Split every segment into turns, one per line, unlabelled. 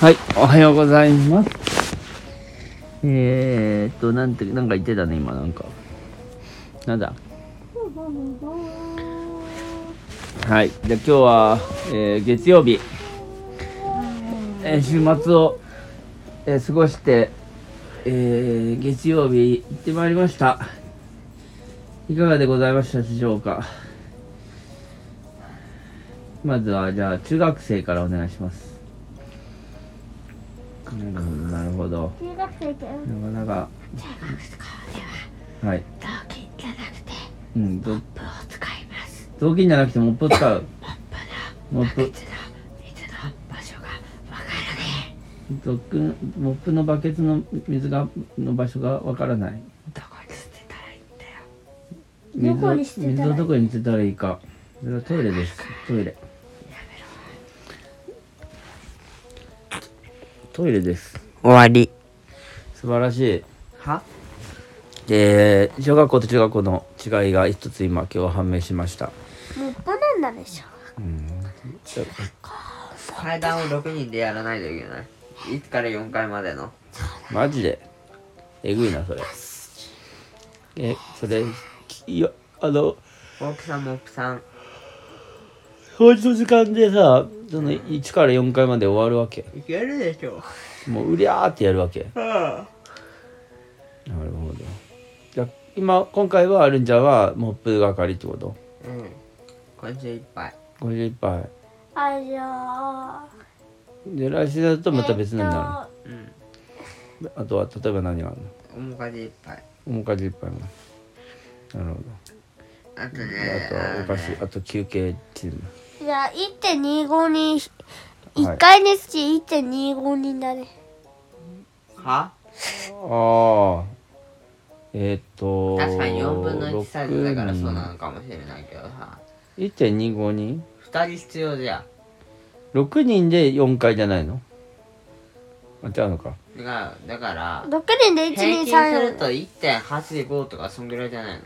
はい、おはようございます。えーっと、なんて、なんか言ってたね、今、なんか。なんだはい、じゃあ今日は、えー月曜日、えー週末を、えー過ごして、えー月曜日行ってまいりました。いかがでございましたでしょうかまずは、じゃあ、中学生からお願いします。うん、なるほど。
中学生ってうん
なかなか、
中学生では
はい。
同期じゃなくて
うん、ど
部を使います
雑巾じゃなくてモップを使う。
部の
モップ
い、つのいつの場所がわからね
雑巾、モップのバケツの水が、の場所がわからない。
えどこに捨てたらいいんだよ
水を
どこに
水をどこに捨
捨てたらいい
てたらいいか。それはトイレです。トイレ。トイレです。
終わり
素晴らしい。はで、小学校と中学校の違いが一つ今、今日判明しました。
もっぱなんだでしょ
階段を6人でやらないといけない1から4階までの
マジでえぐいなそれえそれきいやあの
大きさも奥さん
掃除の時間でさその1から4回まで終わるわけ
いけるでしょ
もううりゃーってやるわけ
うあ
なるほどじゃあ今今回はアルンジャーはモップ係ってこと
うん今週いっぱい
51杯
あじゃあ
で来週だとまた別のにな
うん
る、あとは例えば何があるの
面影いっぱい
面影いっぱいもなるほど
あと
で
ね
あとはお菓子あと休憩チーム
えっとじゃあ1.25人
はい
1回につき1.25人だね
は
ああえーっと
確かに4分の1サイズだからそうな
の
のかもしれないけどさ
1.25人
2人必要じゃ
6人で4回じゃないのあ違うのか
違うだから
6人で
平均する
123
と1.85とかそんぐらいじゃないの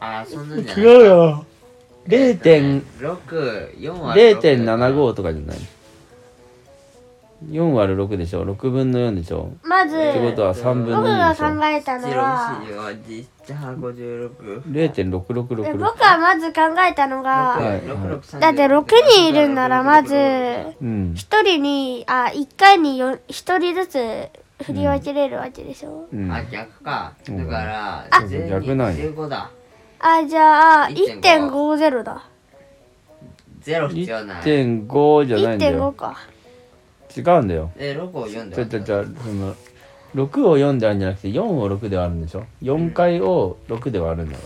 あーそんなんじゃない
よ0.75
64は
とかじゃない4割る6でしょ6分の4でしょ
まず
ってことは3分
僕
の2
が
でし
考
ょ
えたのは
1656
0.6666
え僕はまず考えたのが
はい
だって6人いるんならまず1
うん
人にあ1回によ1人ずつ振り分けれるわけでしょ、
うん
あ逆か
うん
だから
あ
全員
逆なんや
15だ
あじゃあ
1.5
1.50だ
0必要ない
1.5じゃないんだ
1.5
よ
か
違うんだよ
え6を4
じゃじゃじ
だ
ゃその6を4であるんじゃなくて4を6で割るんでしょ4回を6で割るんだか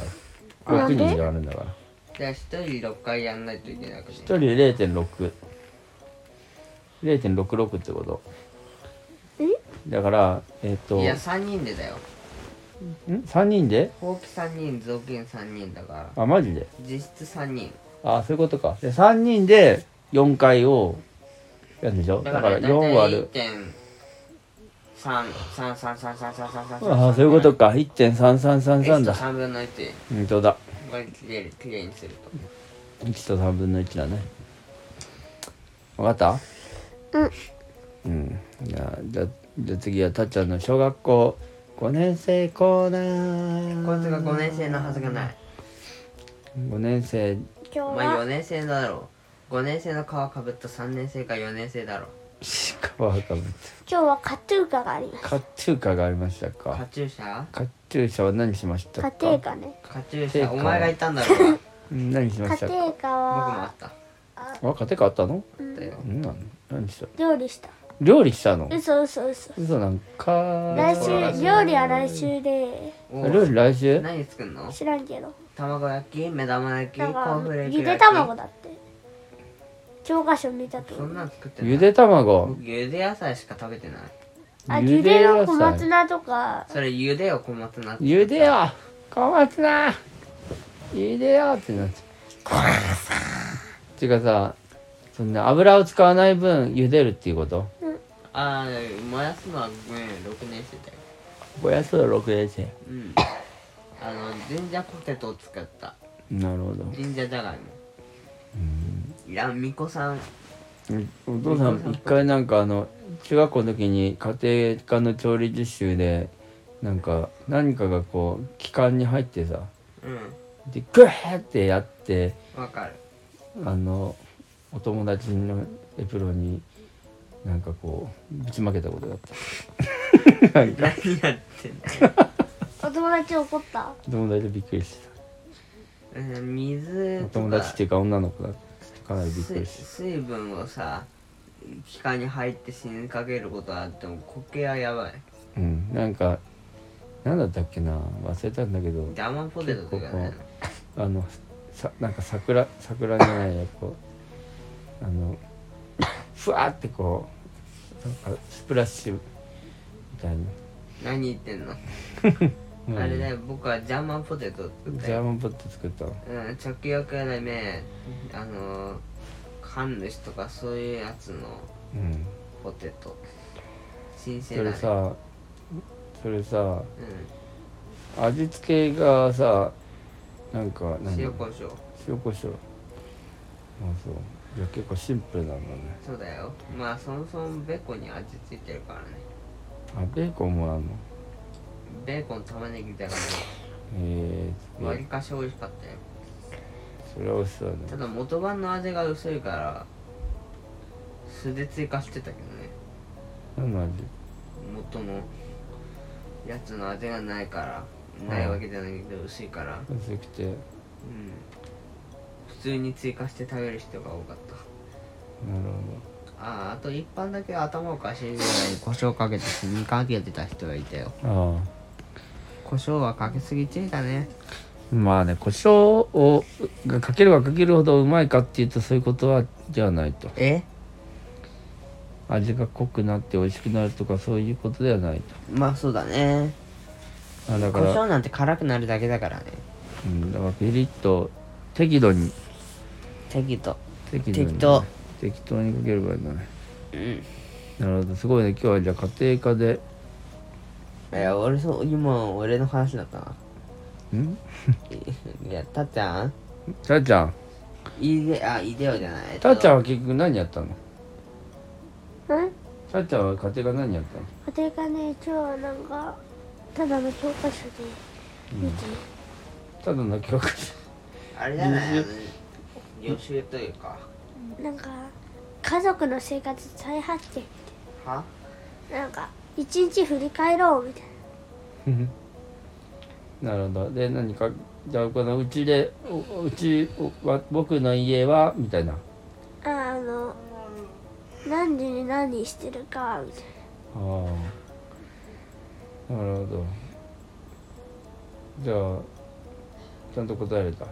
ら
なんで
6人で割るんだから
じゃあ1人6回やんないといけなく
1
て
人0.6 0.66ってこと
え
だからえっ、と
いや3人でだよ
ん3人で
ほうき3人雑巾3人だから
あマジで
実質3人
あそういうことかで3人で4回をやるんでしょ
だ
だか
か
らら
大体
4割る
1.33333333
あそういうことか1.3333
3
だ
3分の1
うんそうだ
これきれいきれいにすると
1と3分の1だね分かった
う
う
ん
んじゃあじゃあじゃあ次はたっちゃんの小学校5年生コーナー
こいつが5年生のはずがない
5年生
今日
お前4
は
年生だろ5年生の皮かぶった3年生か4年生だろ
しかわかぶって
今日はカトゥーカがあります
カチューカがありました
カ
か
チューシャ
カチューシャは何しました
カ
か
テーカね
カチューシ
て
ャ
か
お前がいたんだろうが
うん何しま
カ
し
テ
たか
ーカ
僕もあ
は
った
あカテカあったの
だよ
うんなの何した
料理した
料理したの
嘘嘘嘘
嘘なんか
来週
そう
料理は来週で
お
あ料理
う
来週
何作んの
知らんけど
卵焼き目玉焼きコ
なん
ー
か
ンフレーク焼き
ゆで卵だって教科書見たと
そんなん作って
ゆ
ない
で卵
僕ゆで野菜しか食べてない
あ
ゆ
ゆ
で
で
野
の小松
菜
菜とか
それゆでよ小松菜って
ゆでよ小松菜ゆでよってなっちゃうていうかさそんな油を使わない分茹でるっていうこと
ああ燃やすのはごめん6年生だよ
おやつは6年生
うんあのジンジャーポテトを使った
なるほど
ジンジャーじゃがいもいやみこさん
お父さん一回なんかあの中学校の時に家庭科の調理実習でなんか何かがこう気管に入ってさ
うん
でグーってやって
わかる
あのお友達のエプロンになんかこうぶちまけたことがあったなんか
何やってん
お友達怒った
友達びっくりして
のうん
た
水
お
とか
友達っていうか女の子だかなりびっく
水
りして
水分をさ気管に入って死にかけることはあっても苔はやばい
たうんなんか何だったっけな忘れたんだけど
ジャーマンポテトとかね
結あのさなんか桜桜じゃないやこうあのふわーってこうなんかスプラッシュみたい
何言ってんの
な、
あれだよ僕はジャーマンポテトって
うん
歌
ジャーマンポテト作ったの
うん、着薬やねあのー缶主とかそういうやつの
うん
ポテト新
そ
鮮だ
れ
ね
さそれさ
う
味付けがさなんかなん
ん
だ
塩コショウ
塩コショウあそういや結構シンプルなんだね
そうだよまあそもそもベーコンに味付いてるからね
あベーコンもあんの
ベーコン玉ねぎだか
え
らわ
ー
り、かし美味しかったよ
それは美味しそうだね
ただ元版の味が薄いから素で追加してたけどね
何の味
元のやつの味がないからないわけじゃないけど薄いから
薄くて
うん普通に追加して食べる人が多かった
なるほど
あああと一般だけ頭おかしいぐらい胡椒かけて死にかけてた人がいたよ
あ
胡椒はかけすぎ注意だね
あまあね胡椒をがかければかけるほどうまいかっていうとそういうことはじゃないと
え
味が濃くなって美味しくなるとかそういうことではないと
まあそうだね
あだ
胡
から
椒なんて辛くなるだけだからね
うん、だからピリッと適度に
適度
適度に
適当
適当にかければいいんだね
うん
なるほどすごいね今日はじゃあ家庭科で
いや俺そう今俺の話だったな
ん
い やたっちゃん
たーちゃん
いであいでよじゃない
たーちゃん
ん
は結局何やったの
うん
たーちゃんは家庭科何やったの
家庭科ね今日はなんかただの教科書で見て、
ただの教科書
あれじゃないあの予習というか
なんか家族の生活再発見み
は
たいななんか一日振り返ろうみたいな
なるほどで何かじゃあこのうちでおうちは僕の家はみたいな
ああの何時に何してるかみたい
ああなるほどじゃあちゃんと答えれた
な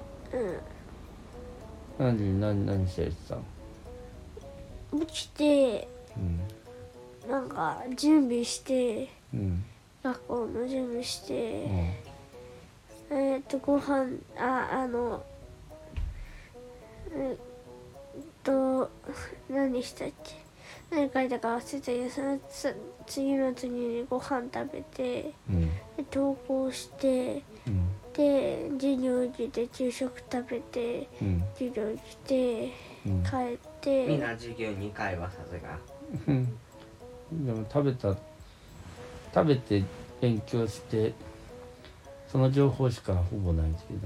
何時に何何してるって言って
うん起きて
たの
なんか準備して
うんうん
学校の準備して、
うん
えーっとご飯ああのえーっと何したっけ何書いたか忘れたけどそのつ次の次にご飯食べて
うん
で登校して
うん
で授業受けて昼食食べて
うん
授業来て
うん
帰って、
みんな授業2回はさすが
うんでも食べた食べて勉強してその情報しかほぼないんですけど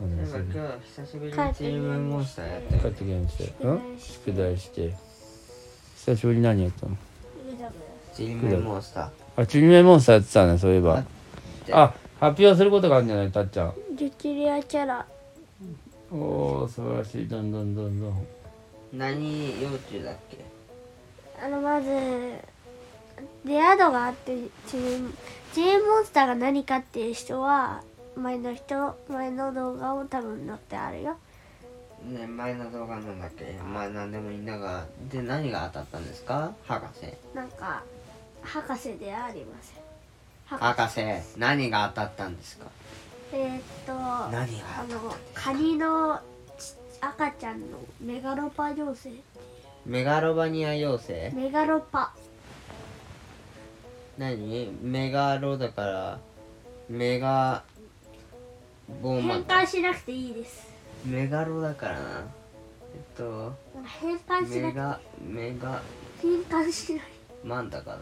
あ
な
の
ん
そ
か
れ
今日は久しぶりにチームモンスターやったよ
帰ってゲームして
宿
ん
題して
宿題して久しぶりに何やったの
チームモンスター
あちりめんモンスターやってたねそういえば
じゃ
あ発表することがあるんじゃないたっちゃん
激レアキャラ
おお素晴らしいどんどんどんどん
何幼虫だっけ
あのまずレア度があってチェーンチェーンモンスターが何かっていう人は前の人前の動画を多分載ってあるよ
ね前の動画なんだっけまあ何でもいいんだがで何が当たったんですか博士
なんか博士ではありません博
博士何が当たったんですか
えーっと
何
あ
が
のカニのち赤ちゃんのメガロパ妖精
メガロバニア妖精
メガロパ
何メガロだからメガボーマ
変
ンか
換しなくていいです
メガロだからなえっと
変換しな
メ
くて
ガメガ
変換しない
マンダかな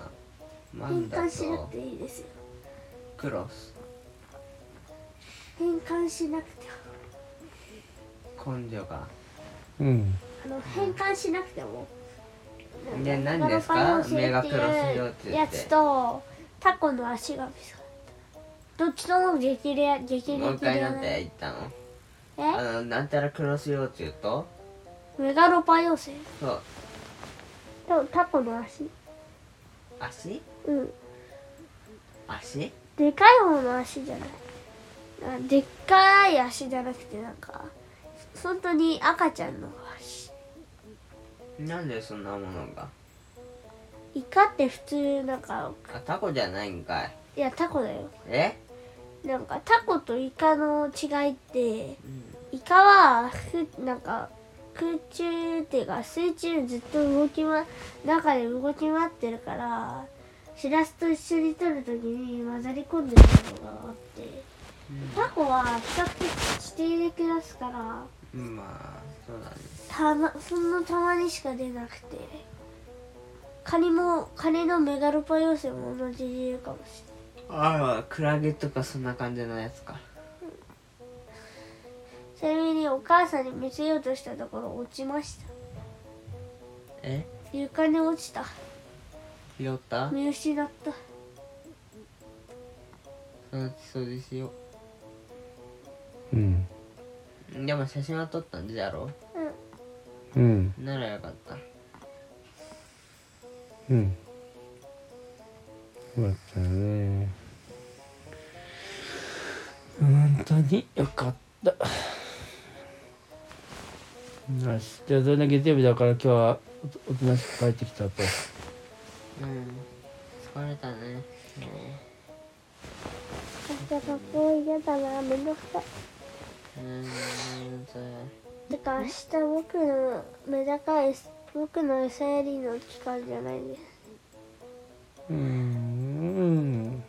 マ
変
ンダ
換しなく
と
ていいですよ
クロス
変換しなくても
根性か
うん。
あの変換しなくても
で
なん
何です
ガ
か
ラパゴス
メガクロスよっ
って
て
いうや
言っ
つ
て
とタコの足が見つかったどっちとも激レア激
もう
レ
一
ア
回
だ
なんて
ね
言ったのあ
え
のなんたらクロスよって言うと
メガロパ妖精
そう
とタコの足
足
うん
足
でかい方の足じゃないあでっかい足じゃなくてなんか本当に赤ちゃんの足
なんでそんなものが
イカって普通なんか
あタコじゃないんかい
いやタコだよ
え
なんかタコとイカの違いって
うん
イカはふなんか空中っていうか水中ずっと動きま中で動き回ってるからシラスと一緒に取るときに混ざり込んでるのがあってタコは比較的地底で暮らすから
うんまあそうだね
たまそんなたまにしか出なくてカニもカニのメガロパ妖精も同じ理由かもし
ああクラゲとかそんな感じのやつか
れないちなみにお母さんに見せようとしたところ落ちました
え
床に落ちた
拾った
見失った
そのうち掃除しよ
うん。
うでも写真は撮ったんじゃろ
うん。
ならよかった
うん。よかったね。本当によかった。よし。じゃあ、それで月曜日だから今日はおおとなしく帰ってきたと。
うん疲れたねね
明日学校嫌だなめんどくさい
うんそれ
てか明日僕のメダカエ僕の餌やりの期間じゃないです
うーん。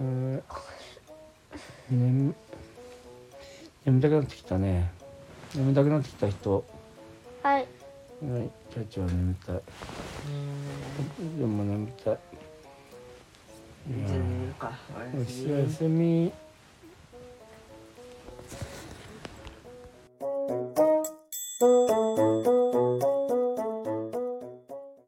うん。眠眠たくなってきたね。眠たくなってきた人。
は
は
い
い、キャッチは眠たい。でも眠たい。
うん全然いいかおや
お
す
し
み
休み。